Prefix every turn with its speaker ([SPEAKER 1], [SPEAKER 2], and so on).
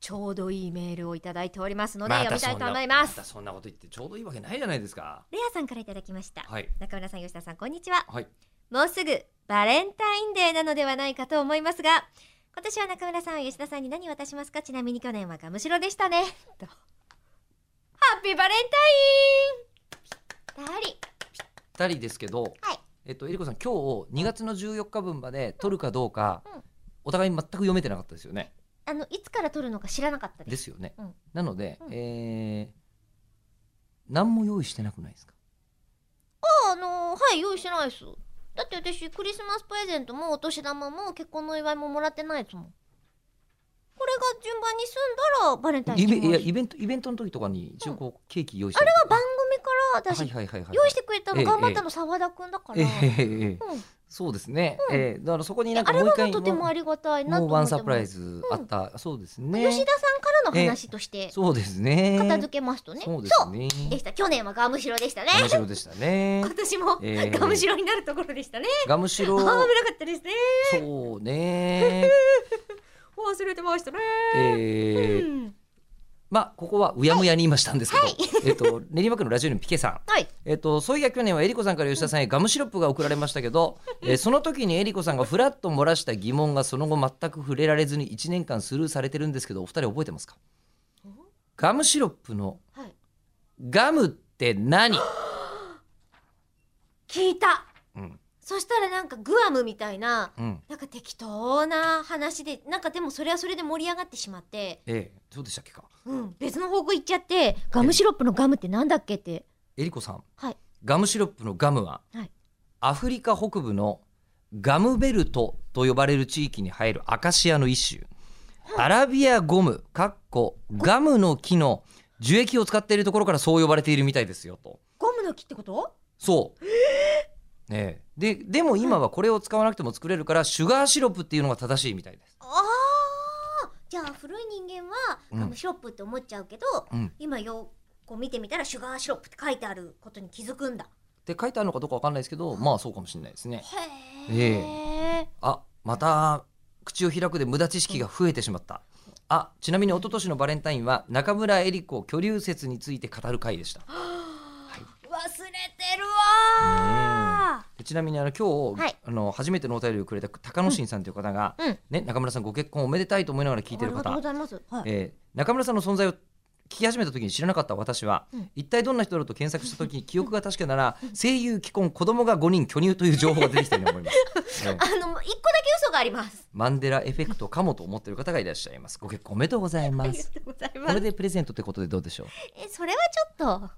[SPEAKER 1] ちょうどいいメールをいただいておりますので、
[SPEAKER 2] ま
[SPEAKER 1] 読
[SPEAKER 2] た
[SPEAKER 1] みた
[SPEAKER 2] そ
[SPEAKER 1] い
[SPEAKER 2] ん
[SPEAKER 1] と
[SPEAKER 2] な
[SPEAKER 1] 思います、
[SPEAKER 2] またそんなこと言ってちょうどいいわけないじゃないですか。
[SPEAKER 1] レアさんからいただきました、
[SPEAKER 2] はい。
[SPEAKER 1] 中村さん吉田さんこんにちは
[SPEAKER 2] はい。
[SPEAKER 1] もうすぐバレンタインデーなのではないかと思いますが今年は中村さん吉田さんに何渡しますかちなみに去年はがむしろでした ねとハッピーバレンタインだり
[SPEAKER 2] 二人ですけど、
[SPEAKER 1] はい
[SPEAKER 2] えっとえりこさん今日2月の14日分まで取るかどうか、
[SPEAKER 1] うん
[SPEAKER 2] お互い全く読めてなかったですよね。
[SPEAKER 1] あのいつから撮るのか知らなかったです
[SPEAKER 2] ですよね。
[SPEAKER 1] うん
[SPEAKER 2] なので、
[SPEAKER 1] うん
[SPEAKER 2] えー、何も用意してなくないですか。
[SPEAKER 1] あのはい用意してないですだって私クリスマスプレゼントもお年玉も結婚の祝いももらってないですもんこれが順番に済んだらバレンタイン
[SPEAKER 2] イベ
[SPEAKER 1] 来
[SPEAKER 2] い
[SPEAKER 1] ま
[SPEAKER 2] や
[SPEAKER 1] す
[SPEAKER 2] イベントイベントの時とかに一応こう、ケーキ用意し
[SPEAKER 1] あ
[SPEAKER 2] て
[SPEAKER 1] れは
[SPEAKER 2] とか
[SPEAKER 1] 番組から私、
[SPEAKER 2] はいはいはいはい。
[SPEAKER 1] 用意してくれたの
[SPEAKER 2] ええ
[SPEAKER 1] 頑張ったの澤田くんだから、
[SPEAKER 2] ええええええ
[SPEAKER 1] うん
[SPEAKER 2] そうですね。
[SPEAKER 1] うん
[SPEAKER 2] えーだからそこになん
[SPEAKER 1] あ
[SPEAKER 2] か
[SPEAKER 1] れ
[SPEAKER 2] もう一
[SPEAKER 1] は
[SPEAKER 2] 回
[SPEAKER 1] とてもありがたいなと
[SPEAKER 2] もう
[SPEAKER 1] 思
[SPEAKER 2] ワ
[SPEAKER 1] っ
[SPEAKER 2] ン
[SPEAKER 1] て
[SPEAKER 2] サ
[SPEAKER 1] ます
[SPEAKER 2] プライズあった、そうですね。
[SPEAKER 1] 吉田さんからの話として
[SPEAKER 2] そうですね。
[SPEAKER 1] 片付けますとね、
[SPEAKER 2] そうですね。
[SPEAKER 1] でした去年はガムシロでしたね
[SPEAKER 2] ガムシロでしたね
[SPEAKER 1] 今。年も
[SPEAKER 2] ええ
[SPEAKER 1] ガムシロになるところでしたね、
[SPEAKER 2] ガムシ
[SPEAKER 1] あ
[SPEAKER 2] ロ
[SPEAKER 1] ー、危なかったですね
[SPEAKER 2] そうね。
[SPEAKER 1] 忘れてましたね、
[SPEAKER 2] えー
[SPEAKER 1] うん
[SPEAKER 2] まあここはうやむやに言いましたんですけど、えっと練馬区のラジオネームピケさん。
[SPEAKER 1] はい
[SPEAKER 2] えっと、そういや去年はえりこさんから吉田さんへガムシロップが送られましたけ ど、えーその時にえりこさんがふらっと漏らした疑問がその後全く触れられずに1年間スルーされてるんですけどお二人覚えてますかガムシロップの
[SPEAKER 1] はい
[SPEAKER 2] ガムって何、
[SPEAKER 1] 聞いた
[SPEAKER 2] うん
[SPEAKER 1] そしたらなんかグアムみたいな
[SPEAKER 2] うん
[SPEAKER 1] なんか適当な話でなんかでもそれはそれで盛り上がってしまって、
[SPEAKER 2] ええそうでしたっけか
[SPEAKER 1] うん、別の方向行っちゃってガムシロップのガムってなんだっけって
[SPEAKER 2] えりこさん、
[SPEAKER 1] はい
[SPEAKER 2] ガムシロップのガムは、
[SPEAKER 1] はい
[SPEAKER 2] アフリカ北部のガムベルトと呼ばれる地域に生えるアカシアの一種アラビアゴムかっこガムの木の樹液を使っているところからそう呼ばれているみたいですよと
[SPEAKER 1] ゴムの木ってこと
[SPEAKER 2] そう、ええででも今はこれを使わなくても作れるからシュガーシロップっていうのが正しいみたいです、
[SPEAKER 1] ああじゃあ古い人間は
[SPEAKER 2] うん
[SPEAKER 1] ガムシロップって思っちゃうけど、
[SPEAKER 2] うん、っ
[SPEAKER 1] 今よこう見てみたらシュガーシロップって書いてあることに気づくんだ
[SPEAKER 2] て書いてあるのかどうかわかんないですけどまあそうかもしれないですね
[SPEAKER 1] へ
[SPEAKER 2] え
[SPEAKER 1] え
[SPEAKER 2] あまた口を開くで無駄知識が増えてしまったあちなみに一昨年のバレンタインは中村江里子居留説について語る回でした
[SPEAKER 1] 忘れてるわ
[SPEAKER 2] でちなみにあの今日、
[SPEAKER 1] はい
[SPEAKER 2] あの初めてのお便りをくれた高野真さんという方が、
[SPEAKER 1] うんうん
[SPEAKER 2] ね、中村さんご結婚おめでたいと思いながら聞いて
[SPEAKER 1] あ
[SPEAKER 2] る
[SPEAKER 1] りがとう
[SPEAKER 2] 方
[SPEAKER 1] ご、ざいます、はい
[SPEAKER 2] えー中村さんの存在を聞き始めた時に知らなかった私は、
[SPEAKER 1] うん
[SPEAKER 2] 一体どんな人だろうと検索し た時に記憶が確かなら声優既婚子供が5人巨乳という情報が出てきたように思い ます、えー
[SPEAKER 1] あの一個だけ嘘があります
[SPEAKER 2] マンデラエフェクトかもと思ってる方がいらっしゃいますご結婚おめでとうござい
[SPEAKER 1] あ
[SPEAKER 2] ま
[SPEAKER 1] り
[SPEAKER 2] す
[SPEAKER 1] がとうございま
[SPEAKER 2] これ
[SPEAKER 1] す
[SPEAKER 2] でプレゼントってことでどうでしょう
[SPEAKER 1] えそれはちょっと